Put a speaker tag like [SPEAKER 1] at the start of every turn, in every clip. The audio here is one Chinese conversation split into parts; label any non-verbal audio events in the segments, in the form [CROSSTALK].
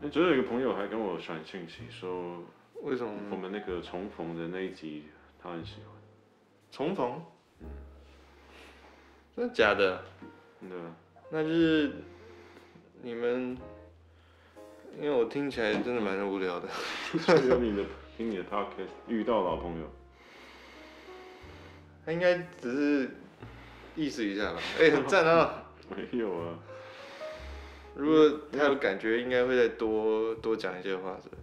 [SPEAKER 1] 那哎只有一个朋友还跟我传讯息说，
[SPEAKER 2] 为什么
[SPEAKER 1] 我们那个重逢的那一集他很喜欢，
[SPEAKER 2] 重逢？嗯真的假的？
[SPEAKER 1] 真的
[SPEAKER 2] 那就是你们，因为我听起来真的蛮无聊的。
[SPEAKER 1] 就是有你的听你的 podcast 遇到老朋友，
[SPEAKER 2] 他应该只是意思一下吧。哎、很赞啊！
[SPEAKER 1] 没有啊，
[SPEAKER 2] 如果他有感觉，应该会再多多讲一些话，是吧？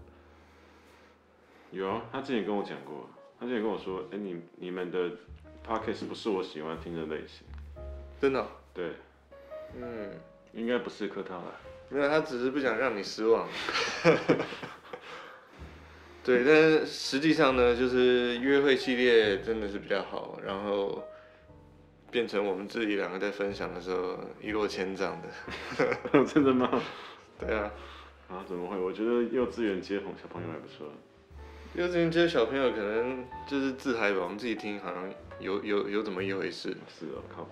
[SPEAKER 1] 有啊，他之前跟我讲过，他之前跟我说，哎、你你们的 podcast 不是我喜欢听的类型，
[SPEAKER 2] 真的哦、
[SPEAKER 1] 对，
[SPEAKER 2] 嗯，
[SPEAKER 1] 应该不是客套啦， [LAUGHS]
[SPEAKER 2] 没有，他只是不想让你失望。 [LAUGHS] 对，但是实际上呢，就是约会系列真的是比较好，然后变成我们自己两个在分享的时候一落千丈的。 [LAUGHS]
[SPEAKER 1] 真的吗？
[SPEAKER 2] 对啊，
[SPEAKER 1] 啊，怎么会？我觉得幼稚园接红小朋友还不错，
[SPEAKER 2] 幼稚园这些小朋友可能就是自嗨吧，我们自己听好像有有有怎么一回事。
[SPEAKER 1] 是哦，靠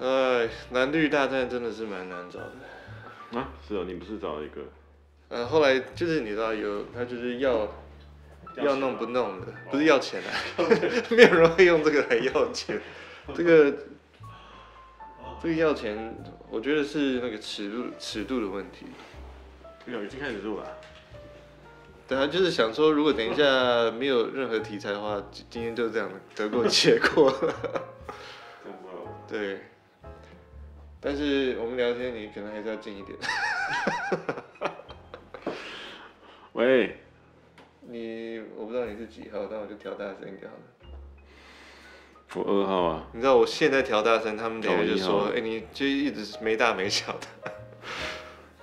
[SPEAKER 1] 背，
[SPEAKER 2] 哎，蓝绿大战真的是蛮难找的。
[SPEAKER 1] 啊，是哦，你不是找了一个，
[SPEAKER 2] 呃，后来就是你知道有他就是要要弄不弄的，不是要钱的、 [LAUGHS] 没有人会用这个来要钱。这个这个要钱，我觉得是那个尺度尺度的问题。
[SPEAKER 1] 有已经开始录了啊，
[SPEAKER 2] 对啊，就是想说，如果等一下没有任何题材的话，今今天就这样得过且过。
[SPEAKER 1] 真的哦。
[SPEAKER 2] 对，但是我们聊天，你可能还是要近一点。
[SPEAKER 1] 喂，
[SPEAKER 2] 你我不知道你是几号，但我就调大声一点好了。
[SPEAKER 1] 我二号啊，
[SPEAKER 2] 你知道我现在调大声，他们等下就
[SPEAKER 1] 哦
[SPEAKER 2] 说
[SPEAKER 1] 一：“号
[SPEAKER 2] 哎、你就一直没大没小的。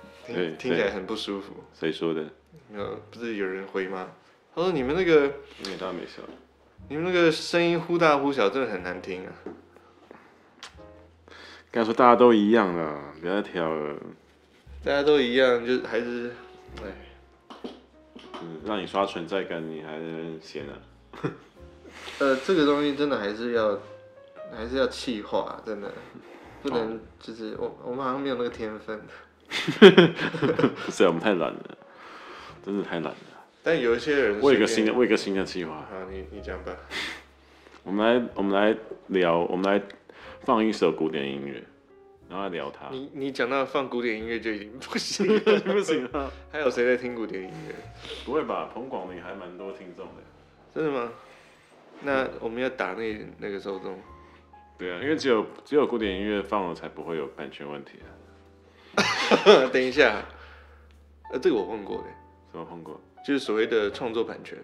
[SPEAKER 1] [LAUGHS]
[SPEAKER 2] 听”
[SPEAKER 1] 对
[SPEAKER 2] 听起来很不舒服。
[SPEAKER 1] 谁说的？
[SPEAKER 2] 没有，不是有人回吗？他说：“你们那个，
[SPEAKER 1] 没大没小，
[SPEAKER 2] 你们那个声音忽大忽小，真的很难听啊。
[SPEAKER 1] 刚才说大家都一样啦，不要再挑了，
[SPEAKER 2] 大家都一样，就还是，哎，
[SPEAKER 1] 嗯，让你刷存在感，你还在那边闲啊？
[SPEAKER 2] 呃，这个东西真的还是要，还是要气化，真的，不
[SPEAKER 1] 哦
[SPEAKER 2] 能就是、我我们好像没有那个天分。
[SPEAKER 1] 不是啊，我们太懒了，真的太懒了。
[SPEAKER 2] 但有一些人，
[SPEAKER 1] 我有一个新的，，我有一个新的计划，
[SPEAKER 2] 好，你你讲吧。
[SPEAKER 1] 我们来，我们来聊，我们来放一首古典音乐，然后来聊它。
[SPEAKER 2] 你你讲到放古典音乐就已经不行了，
[SPEAKER 1] [LAUGHS] 不 [LAUGHS] 行啊，
[SPEAKER 2] [LAUGHS] 还有谁在听古典音乐？
[SPEAKER 1] 不会吧？彭广明还蛮多听众的。
[SPEAKER 2] 真的吗？那我们要打那那个受众， [LAUGHS]
[SPEAKER 1] 对啊，因为只有只有古典音乐放了，才不会有版权问题啊。
[SPEAKER 2] 等一下，呃，这个我问过的，
[SPEAKER 1] 什么彭广？
[SPEAKER 2] 就是所谓的创作版权。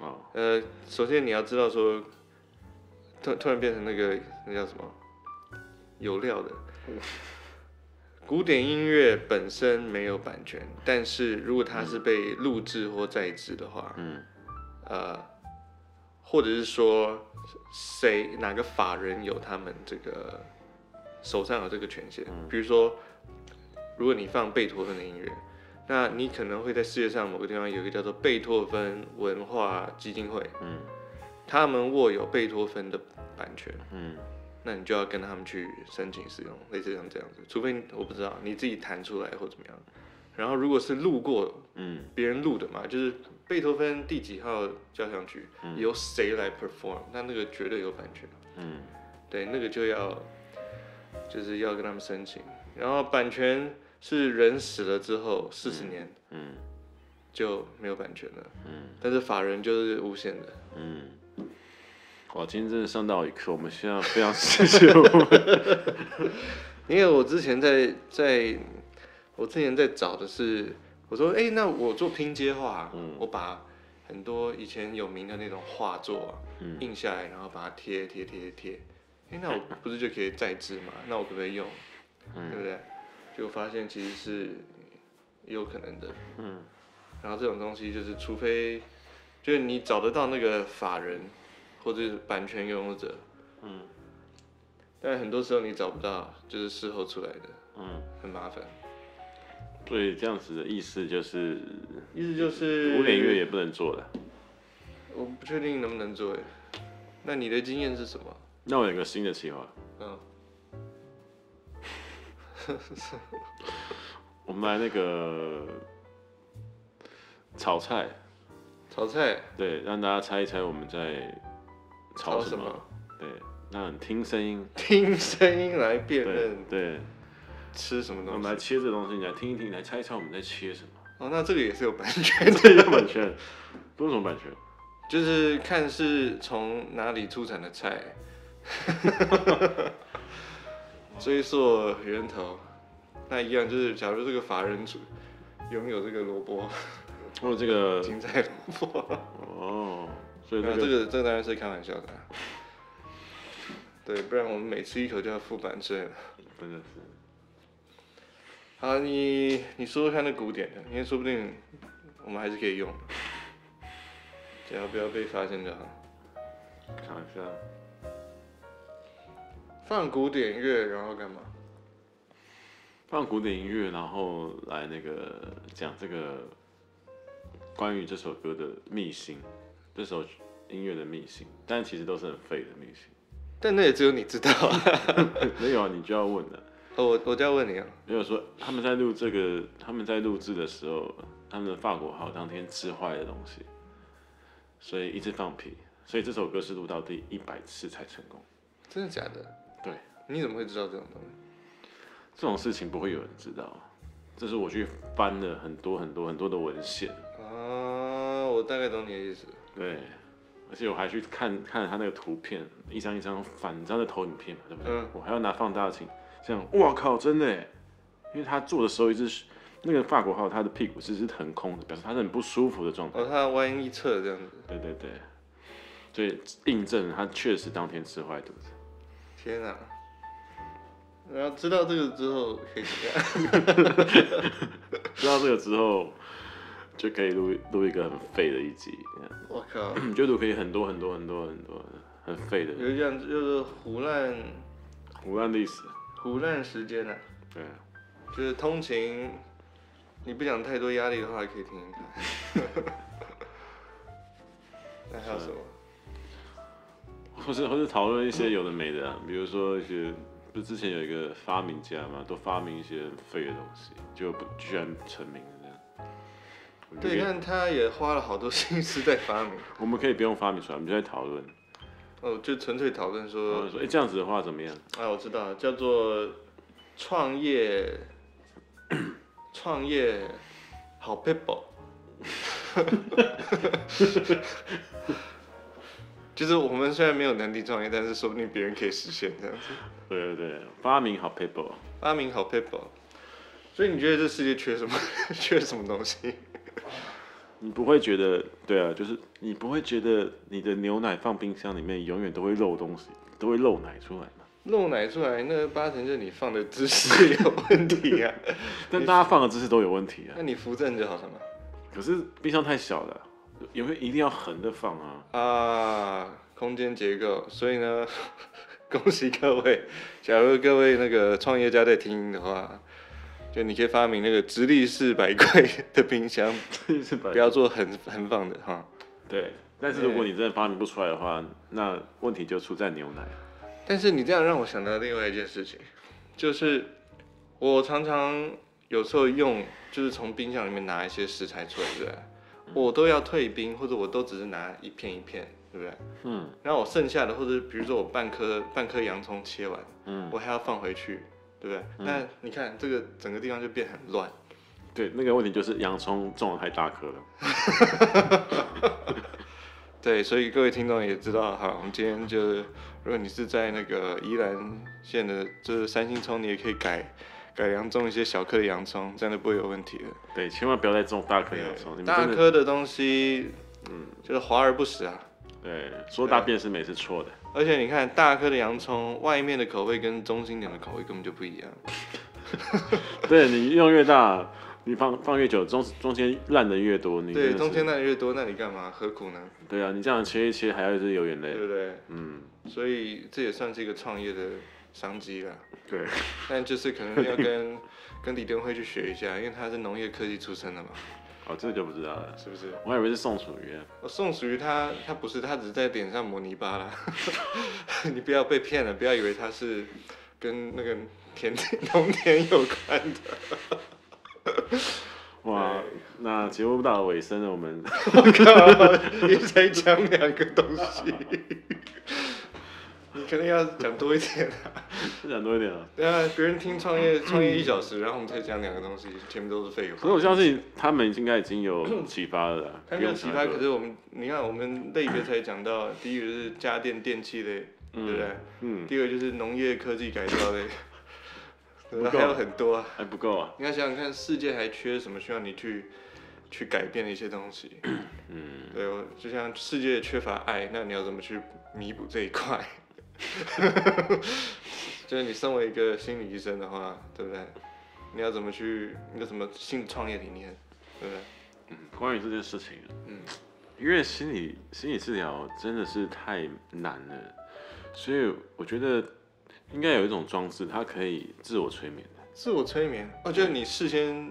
[SPEAKER 1] 哦，
[SPEAKER 2] 呃，首先你要知道说，突突然变成那个那叫什么有料的，古典音乐本身没有版权，但是如果它是被录制或再制的话，
[SPEAKER 1] 嗯，
[SPEAKER 2] 呃，或者是说谁哪个法人有他们这个手上有这个权限，比如说，如果你放贝多芬的音乐，那你可能会在世界上某个地方有一个叫做贝多芬文化基金会，
[SPEAKER 1] 嗯，
[SPEAKER 2] 他们握有贝多芬的版权，
[SPEAKER 1] 嗯，
[SPEAKER 2] 那你就要跟他们去申请使用，类似像这样子，除非你我不知道你自己弹出来或怎么样。然后如果是路过
[SPEAKER 1] 嗯，
[SPEAKER 2] 别人录的嘛，就是贝多芬第几号交响曲、由谁来 perform，那那个绝对有版权，
[SPEAKER 1] 嗯，
[SPEAKER 2] 对，那个就要就是要跟他们申请，然后版权是人死了之后四十年
[SPEAKER 1] 嗯，
[SPEAKER 2] 就没有版权了，
[SPEAKER 1] 嗯，
[SPEAKER 2] 但是法人就是无限的，
[SPEAKER 1] 嗯，哇，今天真的上到一课，我们现在非常谢谢 [LAUGHS] 我。
[SPEAKER 2] 因为我之前在在我之前在找的是，我说哎、诶那我做拼接画，
[SPEAKER 1] 嗯
[SPEAKER 2] 我把很多以前有名的那种画作啊、
[SPEAKER 1] 嗯
[SPEAKER 2] 印下来，然后把它贴贴贴贴，哎、
[SPEAKER 1] [LAUGHS]
[SPEAKER 2] 那我不是就可以再制嘛？那我可不可以用？
[SPEAKER 1] 嗯
[SPEAKER 2] 对不对？就发现其实是有可能的。
[SPEAKER 1] 嗯
[SPEAKER 2] 然后这种东西就是，除非就是你找得到那个法人或者是版权拥有者，
[SPEAKER 1] 嗯
[SPEAKER 2] 但很多时候你找不到，就是事后出来的，
[SPEAKER 1] 嗯，
[SPEAKER 2] 很麻烦。
[SPEAKER 1] 所以这样子的意思就是，
[SPEAKER 2] 意思就是
[SPEAKER 1] 古典音乐也不能做了。
[SPEAKER 2] 我不确定能不能做哎。那你的经验是什么？
[SPEAKER 1] 那我有个新的计划，
[SPEAKER 2] 嗯，
[SPEAKER 1] 我我们来那个炒菜，
[SPEAKER 2] 炒菜
[SPEAKER 1] 对，让大家猜一猜我们在炒
[SPEAKER 2] 炒
[SPEAKER 1] 什
[SPEAKER 2] 什
[SPEAKER 1] 么。
[SPEAKER 2] 么？
[SPEAKER 1] 对，那你听声音，
[SPEAKER 2] [LAUGHS] 听声音来辨
[SPEAKER 1] 对
[SPEAKER 2] 认
[SPEAKER 1] 对，
[SPEAKER 2] 吃什么
[SPEAKER 1] 我
[SPEAKER 2] 东
[SPEAKER 1] 们来
[SPEAKER 2] 西。
[SPEAKER 1] 切这东西，你来听一听，你来猜一猜我们在切
[SPEAKER 2] [LAUGHS]
[SPEAKER 1] 什么。
[SPEAKER 2] 哦，那这个也是有版权
[SPEAKER 1] 这有
[SPEAKER 2] 的，
[SPEAKER 1] 版权，不是什么版权。
[SPEAKER 2] [LAUGHS] 就是看是从哪里出产的菜。 [LAUGHS] 追溯源头，那一样就是，假如这个法人主拥有这个萝卜，
[SPEAKER 1] 哦，这个
[SPEAKER 2] 金菜萝卜，
[SPEAKER 1] 哦，所以
[SPEAKER 2] 那
[SPEAKER 1] 这
[SPEAKER 2] 这
[SPEAKER 1] 个
[SPEAKER 2] 个这个当然是开玩笑的啊。对，不然我们每吃一口就要付版税了。
[SPEAKER 1] 真的是
[SPEAKER 2] 好，你你说说看那古典的，因为说不定我们还是可以用的，只要不要被发现就好。
[SPEAKER 1] 看一下，
[SPEAKER 2] 放古典乐，然后干嘛？
[SPEAKER 1] 放古典音乐，然后来那个讲这个关于这首歌的秘辛，这首音乐的秘辛，但其实都是很废的秘辛。 [LAUGHS]
[SPEAKER 2] 但那也只有你知道啊。
[SPEAKER 1] 没有啊，你就要问了。
[SPEAKER 2] 哦，我我就要问你啊，
[SPEAKER 1] 没有说他们在录这个，他们在录制的时候，他们的法国号当天吃坏的东西，所以一直放屁，所以这首歌是录到第一百次才成功。
[SPEAKER 2] 真的假的？
[SPEAKER 1] 对，
[SPEAKER 2] 你怎么会知道这种东西？
[SPEAKER 1] 这种事情不会有人知道，这是我去翻了很多很多很多的文献，
[SPEAKER 2] 啊，我大概懂你的意思。
[SPEAKER 1] 对，而且我还去看看他那个图片，一张一张翻，你知道那投影片嘛，对不对？
[SPEAKER 2] 嗯
[SPEAKER 1] 我还要拿放大镜，这样，哇靠，真的耶，因为他做的时候一直那个法国号他的屁股是是腾空的，表示他是很不舒服的状态。
[SPEAKER 2] 哦，它弯一侧这样子。
[SPEAKER 1] 对对对，所以印证了他确实当天吃坏肚子。
[SPEAKER 2] 天哪、然后知道这个之后可以怎么样？
[SPEAKER 1] 知道这个之后，就可以录录一个很废的一集，
[SPEAKER 2] 我靠，
[SPEAKER 1] 嗯就录可以很多很多很多很多很废的
[SPEAKER 2] 有一样就是胡乱
[SPEAKER 1] 胡乱历史。
[SPEAKER 2] 胡乱时间啊。
[SPEAKER 1] 对，
[SPEAKER 2] 就是通勤，你不想太多压力的话，可以听一看。 [LAUGHS] 那还有什么？
[SPEAKER 1] 或是或是讨论一些有的没的、啊，比如说一些。不是之前有一个发明家嘛，都发明一些很废的东西，就不居然成名了这样。我们就可
[SPEAKER 2] 对，
[SPEAKER 1] 以
[SPEAKER 2] 但他也花了好多心思在发明，
[SPEAKER 1] 我们可以不用发明出来，我们就在讨论，
[SPEAKER 2] 哦，就纯粹讨论
[SPEAKER 1] 讨
[SPEAKER 2] 说
[SPEAKER 1] 论，说，哎、这样子的话怎么样？
[SPEAKER 2] 啊，我知道了，叫做创业，创业好 people，就是我们虽然没有能力创业，但是说不定别人可以实现这样子。
[SPEAKER 1] 对对对，发明好 paper。哦
[SPEAKER 2] 发明好 paper。所以你觉得这世界缺什么？ [LAUGHS] 缺什么东西？
[SPEAKER 1] 你不会觉得，对啊，就是你不会觉得你的牛奶放冰箱里面永远都会漏东西，都会漏奶出来嘛？
[SPEAKER 2] 漏奶出来，那八成是你放的姿势有问题啊。 [LAUGHS]
[SPEAKER 1] 但大家放的姿势都有问题啊。
[SPEAKER 2] 那你扶正就好了嘛。
[SPEAKER 1] 可是冰箱太小了，有没有一定要横着放啊？ [LAUGHS]
[SPEAKER 2] 啊，空间结构。所以呢， [LAUGHS] 恭喜各位，假如各位那个创业家在听的话，就你可以发明那个直立式百柜的冰箱，
[SPEAKER 1] 这是本
[SPEAKER 2] 不要做横横放的哈。
[SPEAKER 1] 对。但是如果你真的发明不出来的话，那问题就出在牛奶。
[SPEAKER 2] 但是你这样让我想到另外一件事情，就是我常常有时候用，就是从冰箱里面拿一些食材出来，对不对？
[SPEAKER 1] 嗯
[SPEAKER 2] 我都要退冰，或者我都只是拿一片一片，对不对？
[SPEAKER 1] 嗯
[SPEAKER 2] 然后我剩下的，或者比如说我半颗半颗洋葱切完，
[SPEAKER 1] 嗯，
[SPEAKER 2] 我还要放回去，对不对？
[SPEAKER 1] 嗯
[SPEAKER 2] 那你看这个整个地方就变很乱，
[SPEAKER 1] 对，那个问题就是洋葱种的太大颗了。
[SPEAKER 2] 对，所以各位听众也知道哈，我们今天就是，如果你是在那个宜兰县的，就是三星葱，你也可以改改良种一些小颗的洋葱，这样就不会有问题了。
[SPEAKER 1] 对，千万不要再种大颗洋葱，你们
[SPEAKER 2] 大
[SPEAKER 1] 真的 [LAUGHS]
[SPEAKER 2] 颗的东西，嗯，就是华而不实啊。
[SPEAKER 1] 对说大便是美是错的。
[SPEAKER 2] 而且你看，大颗的洋葱外面的口味跟中心点的口味根本就不一样。
[SPEAKER 1] 对你用越大，你放放越久，中中间烂的越多，你真
[SPEAKER 2] 对，
[SPEAKER 1] 的是
[SPEAKER 2] 中间那越多，那你干嘛？何苦呢？
[SPEAKER 1] 对啊，你这样切一切还要一直流眼
[SPEAKER 2] 对
[SPEAKER 1] 泪。
[SPEAKER 2] 不对？
[SPEAKER 1] 嗯，
[SPEAKER 2] 所以这也算是一个创业的商机啦。
[SPEAKER 1] 对，
[SPEAKER 2] 但就是
[SPEAKER 1] [LAUGHS]
[SPEAKER 2] 可能要跟跟李登辉去学一下，因为他是农业科技出身的嘛，
[SPEAKER 1] 哦，这个就不知道了，
[SPEAKER 2] 是不是？
[SPEAKER 1] 我还以为是宋楚瑜。
[SPEAKER 2] 我宋属于他，他不是，他只是在脸上抹泥巴啦。 [LAUGHS] 你不要被骗了，不要以 [LAUGHS] 为他是跟那个田农田有关的。
[SPEAKER 1] 哇，那节目到了尾声了，我们 [LAUGHS]
[SPEAKER 2] 我靠，你才讲两个东西， [LAUGHS] 你可能要讲多一点啊。
[SPEAKER 1] 讲多一点啊。
[SPEAKER 2] 对啊，别人听创业创业一小时，然后我们才讲两个东西，前面都是废
[SPEAKER 1] 可
[SPEAKER 2] 话。
[SPEAKER 1] 是我相信他们应该已经有启发了啦，
[SPEAKER 2] 还
[SPEAKER 1] 不
[SPEAKER 2] 没有
[SPEAKER 1] 用
[SPEAKER 2] 其
[SPEAKER 1] 讲
[SPEAKER 2] 他，
[SPEAKER 1] 多
[SPEAKER 2] 可是我们你看我们类别才讲到，第一个是家电电器类，对不对？
[SPEAKER 1] 嗯，
[SPEAKER 2] 第二个就是农业科技改造 [LAUGHS] 类，对
[SPEAKER 1] 不
[SPEAKER 2] 吧
[SPEAKER 1] 够
[SPEAKER 2] 还有很多啊。
[SPEAKER 1] 还不够啊。
[SPEAKER 2] 你要想想看，世界还缺什么需要你去去改变的一些东西？嗯，对，我就像世界缺乏爱，那你要怎么去弥补这一块？ [LAUGHS] 就是你身为一个心理医生的话，对不对？你要怎么去？你有什么新的创业理念？对不对？
[SPEAKER 1] 关于这件事情，
[SPEAKER 2] 嗯
[SPEAKER 1] 因为心理心理治疗真的是太难了，所以我觉得应该有一种装置，它可以自我催眠的。
[SPEAKER 2] 自我催眠，哦，就是你事先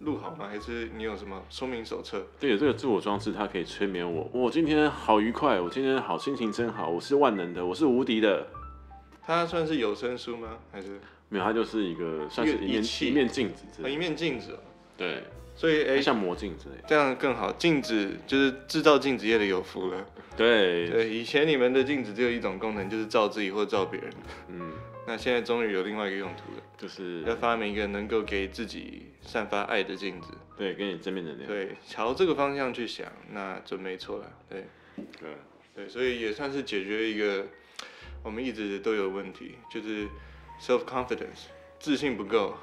[SPEAKER 2] 录好吗？还是你有什么说明手册？
[SPEAKER 1] 对，有这个自我装置，它可以催眠我。我今天好愉快，我今天好心情真好，我是万能的，我是无敌的。
[SPEAKER 2] 它算是有声书吗？还是
[SPEAKER 1] 没有，它就是一个算是
[SPEAKER 2] 一个
[SPEAKER 1] 一面
[SPEAKER 2] 仪器
[SPEAKER 1] 一面镜子之类
[SPEAKER 2] 啊
[SPEAKER 1] 的，
[SPEAKER 2] 一面镜子哦、
[SPEAKER 1] 对，
[SPEAKER 2] 所以哎
[SPEAKER 1] 它，像魔镜之类的。
[SPEAKER 2] 这样更好。镜子就是制造镜子业的有福了。
[SPEAKER 1] 对，
[SPEAKER 2] 对，以前你们的镜子只有一种功能，就是照自己或照别人。
[SPEAKER 1] 嗯，
[SPEAKER 2] 那现在终于有另外一个用途了，
[SPEAKER 1] 就是
[SPEAKER 2] 要发明一个能够给自己散发爱的镜子。
[SPEAKER 1] 对，给你正面能量。
[SPEAKER 2] 对，朝这个方向去想，那准没错了。对
[SPEAKER 1] 对，
[SPEAKER 2] 对，所以也算是解决一个我们一直都有问题，就是 self confidence 自信不够。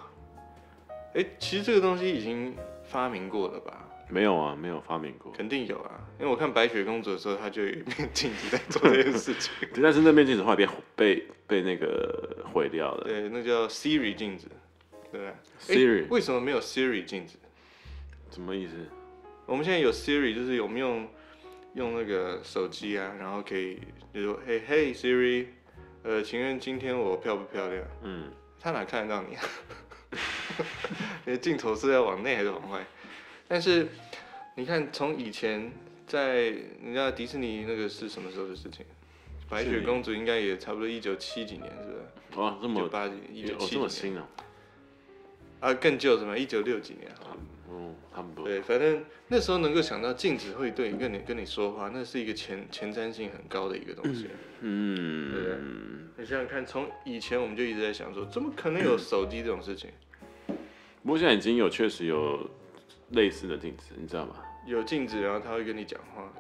[SPEAKER 2] 哎，其实这个东西已经发明过了吧？
[SPEAKER 1] 没有啊，没有发明过。
[SPEAKER 2] 肯定有啊，因为我看白雪公主的时候，她就有一面镜子在做这件事情。
[SPEAKER 1] 对，但是那面镜子后来被被被那个毁掉了。
[SPEAKER 2] 对，那叫 Siri 镜子，对吧
[SPEAKER 1] Siri
[SPEAKER 2] 诶为什么没有 Siri 镜子？
[SPEAKER 1] 什么意思？
[SPEAKER 2] 我们现在有 Siri，就是我们用用那个手机啊，然后可以就说，嘿嘿 Siri，呃，请问今天我漂不漂亮？
[SPEAKER 1] 嗯，
[SPEAKER 2] 他哪看得到你、啊？ [LAUGHS] 你的镜头是要往内还是往外？但是你看，从以前在你知道迪士尼那个是什么时候的事情？白
[SPEAKER 1] 是
[SPEAKER 2] 雪
[SPEAKER 1] 你
[SPEAKER 2] 公主应该也差不多一九七几年，是不是？
[SPEAKER 1] 哇，这
[SPEAKER 2] 一九
[SPEAKER 1] 么
[SPEAKER 2] 八几、一九
[SPEAKER 1] 哦
[SPEAKER 2] 七
[SPEAKER 1] 这么
[SPEAKER 2] 几年
[SPEAKER 1] 新哦，
[SPEAKER 2] 啊，更旧什么？一九六几年。啊
[SPEAKER 1] 嗯，差不多。
[SPEAKER 2] 对，反正那时候能够想到镜子会对跟你跟你说话，那是一个前前瞻性很高的一个东西。
[SPEAKER 1] 嗯，
[SPEAKER 2] 你想想看，从以前我们就一直在想说，怎么可能有手机这种事情？
[SPEAKER 1] 不过现在已经有确实有类似的镜子，你知道吗？
[SPEAKER 2] 有镜子，然后他会跟你讲话。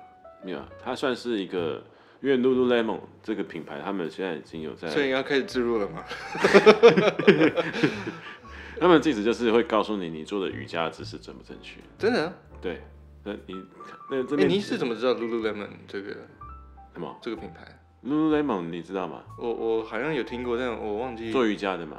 [SPEAKER 1] 没有，啊它算是一个，因为 Lululemon 这个品牌，他们现在已经有在，
[SPEAKER 2] 所以要开始自入了吗？
[SPEAKER 1] 他们的镜子就是会告诉你你做的瑜伽姿势正不正确。
[SPEAKER 2] 真的、啊？
[SPEAKER 1] 对，那你那这
[SPEAKER 2] 哎、
[SPEAKER 1] 边、
[SPEAKER 2] 你是怎么知道 Lululemon 这个
[SPEAKER 1] 什么
[SPEAKER 2] 这个品牌？
[SPEAKER 1] Lululemon 你知道吗？
[SPEAKER 2] 我我好像有听过，但我忘记。
[SPEAKER 1] 做瑜伽的嘛，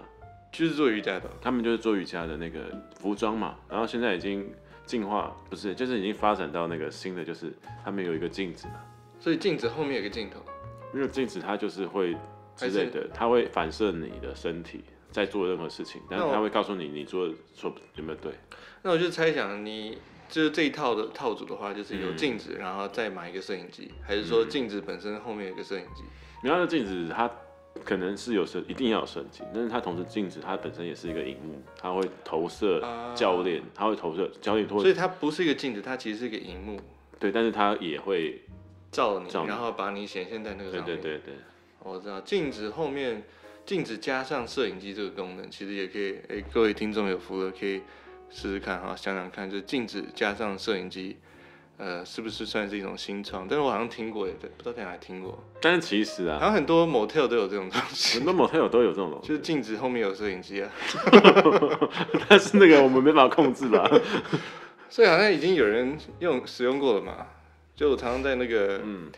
[SPEAKER 2] 就是做瑜伽的哦。
[SPEAKER 1] 他们就是做瑜伽的那个服装嘛，然后现在已经进化，不是，就是已经发展到那个新的，就是他们有一个镜子嘛，
[SPEAKER 2] 所以镜子后面有个镜头，
[SPEAKER 1] 因为镜子它就是会之
[SPEAKER 2] 还是
[SPEAKER 1] 类的，它会反射你的身体在做任何事情，但
[SPEAKER 2] 那
[SPEAKER 1] 是
[SPEAKER 2] 我
[SPEAKER 1] 它会告诉你你做错有没有对，
[SPEAKER 2] 那我就猜想你就是这一套的套组的话，就是有
[SPEAKER 1] 嗯
[SPEAKER 2] 镜子，然后再买一个摄影机，还是说镜子本身后面有个摄影机？
[SPEAKER 1] 然后那镜子它。可能是有设，一定要有设计，但是它同时镜子它本身也是一个荧幕，它会投射
[SPEAKER 2] 啊
[SPEAKER 1] 教练，它会投射教练或
[SPEAKER 2] 所以它不是一个镜子，它其实是一个荧幕
[SPEAKER 1] 对，但是它也会
[SPEAKER 2] 照你，
[SPEAKER 1] 照你
[SPEAKER 2] 然后把你显现在那个
[SPEAKER 1] 对
[SPEAKER 2] 上面。
[SPEAKER 1] 对对对，
[SPEAKER 2] 我知道镜子后面镜子加上摄影机这个功能，其实也可以，哎，各位听众有福了，可以试试看哈，想想看，就是镜子加上摄影机，呃，是不是算是一种新创？但是我好像听过，也对不知道在哪里听过，
[SPEAKER 1] 但是其实
[SPEAKER 2] 好
[SPEAKER 1] 啊，
[SPEAKER 2] 像很多 motel 都有这种东西，
[SPEAKER 1] [LAUGHS] 很多 motel 都有这
[SPEAKER 2] [LAUGHS]
[SPEAKER 1] 种东西，
[SPEAKER 2] 就是镜子后面有摄影机啊，
[SPEAKER 1] [LAUGHS] 但是那个我们没办法控制吧？
[SPEAKER 2] 所以好像已经有人用使用过了嘛。就我常常在那个
[SPEAKER 1] 嗯，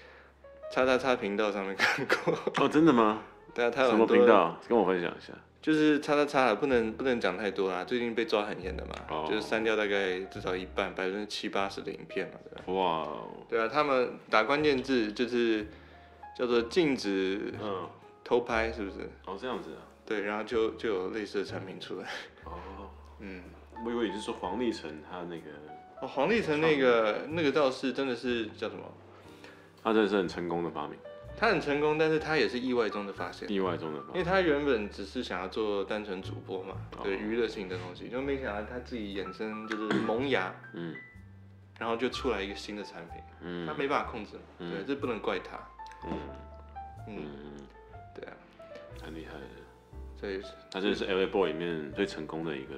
[SPEAKER 2] 叉叉叉频道上面看过， [LAUGHS]
[SPEAKER 1] 哦，真的吗？
[SPEAKER 2] 对啊，它有
[SPEAKER 1] 什
[SPEAKER 2] 很
[SPEAKER 1] 么
[SPEAKER 2] 多
[SPEAKER 1] 频道？跟我分享一下。
[SPEAKER 2] 就是叉叉叉，不能不能讲太多啊啦，最近被抓很严的嘛，
[SPEAKER 1] 哦
[SPEAKER 2] 就是删掉大概至少一半，百分之七八十的影片嘛，对吧？
[SPEAKER 1] 哇哦，
[SPEAKER 2] 对啊，他们打关键字就是叫做禁止
[SPEAKER 1] 嗯，
[SPEAKER 2] 偷拍，是不是？
[SPEAKER 1] 哦这样子啊，
[SPEAKER 2] 对，然后就就有类似的产品出来。
[SPEAKER 1] 哦，
[SPEAKER 2] 嗯，
[SPEAKER 1] 我以为你是说黄立成他那个，
[SPEAKER 2] 哦，黄立成那个那个倒是真的是叫什么？
[SPEAKER 1] 他真的是很成功的发明，
[SPEAKER 2] 他很成功，但是他也是意外中的发现，
[SPEAKER 1] 意外中的
[SPEAKER 2] 因
[SPEAKER 1] 发
[SPEAKER 2] 为
[SPEAKER 1] 现。
[SPEAKER 2] 他原本只是想要做单纯主播嘛，
[SPEAKER 1] 哦
[SPEAKER 2] 对娱乐性的东西，就没想到他自己衍生就是
[SPEAKER 1] [COUGHS]
[SPEAKER 2] 萌芽，
[SPEAKER 1] 嗯
[SPEAKER 2] 然后就出来一个新的产品，他
[SPEAKER 1] 嗯
[SPEAKER 2] 没办法控制嘛，
[SPEAKER 1] 嗯
[SPEAKER 2] 对，这不能怪他，嗯，
[SPEAKER 1] 嗯，
[SPEAKER 2] 对啊，
[SPEAKER 1] 很厉害的。
[SPEAKER 2] 所以是
[SPEAKER 1] 他真的是 LA Boy 里面最成功的一个，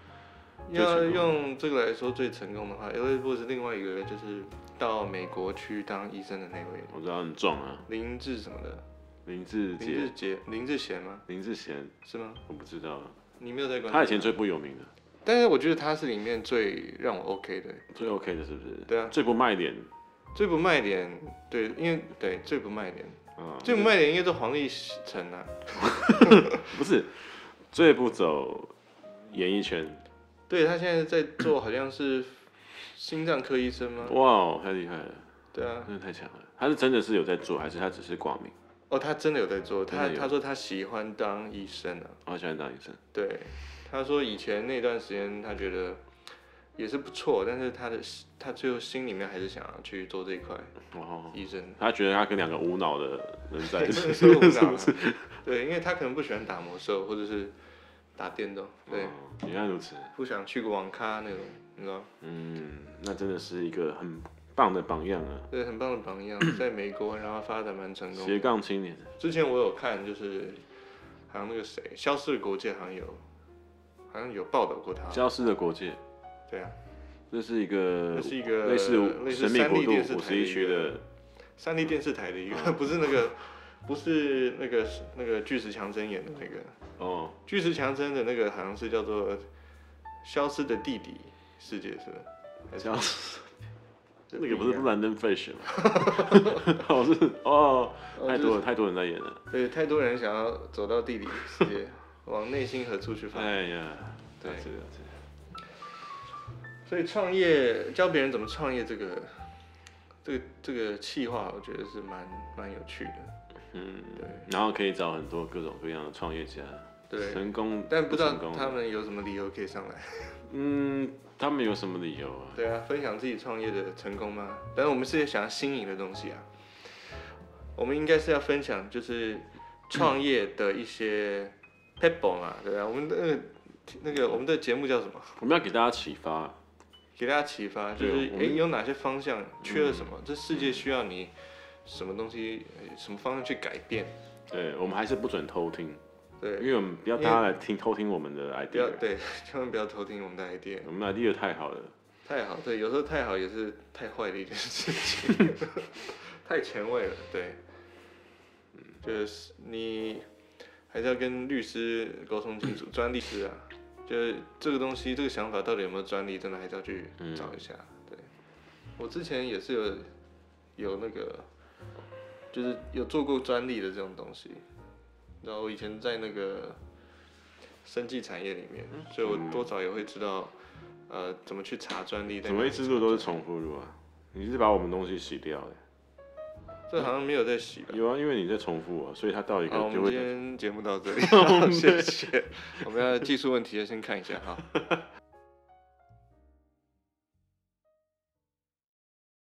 [SPEAKER 1] 最成
[SPEAKER 2] 要
[SPEAKER 1] 功的
[SPEAKER 2] 用这个来说最成功的话 l a b o 是另外一个就是到美国去当医生的那位
[SPEAKER 1] 我知道很壮啊，
[SPEAKER 2] 林志什么的，
[SPEAKER 1] 林志
[SPEAKER 2] 林志
[SPEAKER 1] 杰、
[SPEAKER 2] 杰、林志贤吗？
[SPEAKER 1] 林志贤，
[SPEAKER 2] 是吗？
[SPEAKER 1] 我不知道，啊
[SPEAKER 2] 你没有在关注
[SPEAKER 1] 他以前最不有名的，
[SPEAKER 2] 但是我觉得他是里面最让我 OK 的，
[SPEAKER 1] 最 OK 的是不是？
[SPEAKER 2] 对啊，
[SPEAKER 1] 最不卖点
[SPEAKER 2] 最不卖点，对，因为对最不卖点，
[SPEAKER 1] 啊，
[SPEAKER 2] 最不卖点应该是黄立成啊，
[SPEAKER 1] 不是最不走演艺圈，
[SPEAKER 2] 对他现在在做好像是心脏科医生吗？
[SPEAKER 1] 哇，哦，太厉害了，
[SPEAKER 2] 对啊，
[SPEAKER 1] 真的太强了。他是真的是有在做，还是他只是挂名？
[SPEAKER 2] 哦，他真的有在做，他
[SPEAKER 1] 真的有
[SPEAKER 2] 他说他喜欢当医生啊，
[SPEAKER 1] 我喜欢哦当医生，
[SPEAKER 2] 对，他说以前那段时间他觉得也是不错，但是他的他最后心里面还是想要去做这一块
[SPEAKER 1] 然后 [LAUGHS]
[SPEAKER 2] 医生，
[SPEAKER 1] 哦他觉得他跟两个无脑的人在
[SPEAKER 2] [LAUGHS]
[SPEAKER 1] 一起，
[SPEAKER 2] 是不是？对，因为他可能不喜欢打魔兽或者是打电动，对。
[SPEAKER 1] 哦，原来如此，
[SPEAKER 2] 不想去网咖那种，你知道，
[SPEAKER 1] 嗯，那真的是一个很棒的榜样啊，
[SPEAKER 2] 对，很棒的榜样，
[SPEAKER 1] [CLEARS THROAT]
[SPEAKER 2] 在美国，然后发展蛮成功
[SPEAKER 1] 斜
[SPEAKER 2] 的。
[SPEAKER 1] 杠青年。
[SPEAKER 2] 之前我有看，就是好像那个谁，消失的国界好像有，好像有报道过他。
[SPEAKER 1] 消失的国界，
[SPEAKER 2] 对啊，
[SPEAKER 1] 这是一个
[SPEAKER 2] 那是一个
[SPEAKER 1] 呃类似
[SPEAKER 2] 类似
[SPEAKER 1] 神秘
[SPEAKER 2] 三
[SPEAKER 1] 国
[SPEAKER 2] D 电视
[SPEAKER 1] 度五
[SPEAKER 2] 台
[SPEAKER 1] 十一区
[SPEAKER 2] 的一
[SPEAKER 1] 的啊
[SPEAKER 2] 个三立电视台的一个，不是那个，不是那个那个巨石强森演的那个，
[SPEAKER 1] 哦，
[SPEAKER 2] 巨石强森的那个好像是叫做《消失的弟弟》世界是吧？还是
[SPEAKER 1] 消 [LAUGHS] 失那个不
[SPEAKER 2] 一
[SPEAKER 1] 是
[SPEAKER 2] 样
[SPEAKER 1] London Fish 吗？
[SPEAKER 2] [LAUGHS]
[SPEAKER 1] 哦是哦，
[SPEAKER 2] 哦
[SPEAKER 1] 太
[SPEAKER 2] 就是
[SPEAKER 1] 多了太多人在演了，
[SPEAKER 2] 对，太多人想要走到地理世界，往内心何处去发展。
[SPEAKER 1] 哎呀，
[SPEAKER 2] 对
[SPEAKER 1] 了解了解
[SPEAKER 2] 所以创业教别人怎么创业，这个，这个这个气话，我觉得是蛮蛮有趣的。
[SPEAKER 1] 嗯，
[SPEAKER 2] 对
[SPEAKER 1] 然后可以找很多各种各样的创业家，
[SPEAKER 2] 对，
[SPEAKER 1] 成功
[SPEAKER 2] 但不知道
[SPEAKER 1] 成功的
[SPEAKER 2] 他，们有什么理由可以上来。
[SPEAKER 1] 嗯，他们有什么理由啊？
[SPEAKER 2] 对啊，分享自己创业的成功吗？但是我们是想要新颖的东西啊。我们应该是要分享就是创业的一些 p e b p l e 嘛，对啊，我们的那个我们的节目叫什么？
[SPEAKER 1] 我们要给大家启发，
[SPEAKER 2] 给大家启发，就
[SPEAKER 1] 对
[SPEAKER 2] 是
[SPEAKER 1] 我们嗯
[SPEAKER 2] 诶，有哪些方向缺了什么？这世界需要你什么东西，呃什么方向去改变？
[SPEAKER 1] 对我们还是不准偷听，因
[SPEAKER 2] 对，
[SPEAKER 1] 为我们不要大家来听偷听我们的
[SPEAKER 2] 不要
[SPEAKER 1] idea，
[SPEAKER 2] 对， [LAUGHS] 千万不要偷听我们的 idea，
[SPEAKER 1] 我们的 idea 太好了，
[SPEAKER 2] 太好，对，有时候太好也是太坏的一件事情， [LAUGHS] 太前卫了，对，嗯就是你还是要跟律师沟通清楚，专利师啊，就是这个东西，这个想法到底有没有专利，真的还是要去
[SPEAKER 1] 嗯
[SPEAKER 2] 找一下。对，我之前也是有有那个，就是有做过专利的这种东西，然后我以前在那个生技产业里面，
[SPEAKER 1] 嗯
[SPEAKER 2] 所以我多少也会知道，呃，怎么去查专利。
[SPEAKER 1] 怎么一直录都是？重复录啊？你是把我们东西洗掉了。
[SPEAKER 2] 这好像没有在洗吧？
[SPEAKER 1] 有啊，因为你在重复啊，所以他到一个
[SPEAKER 2] 好，我
[SPEAKER 1] 就会 [LAUGHS]
[SPEAKER 2] 们今 [LAUGHS] 天节目到这里，好谢谢。我们要技术问题先看一下哈。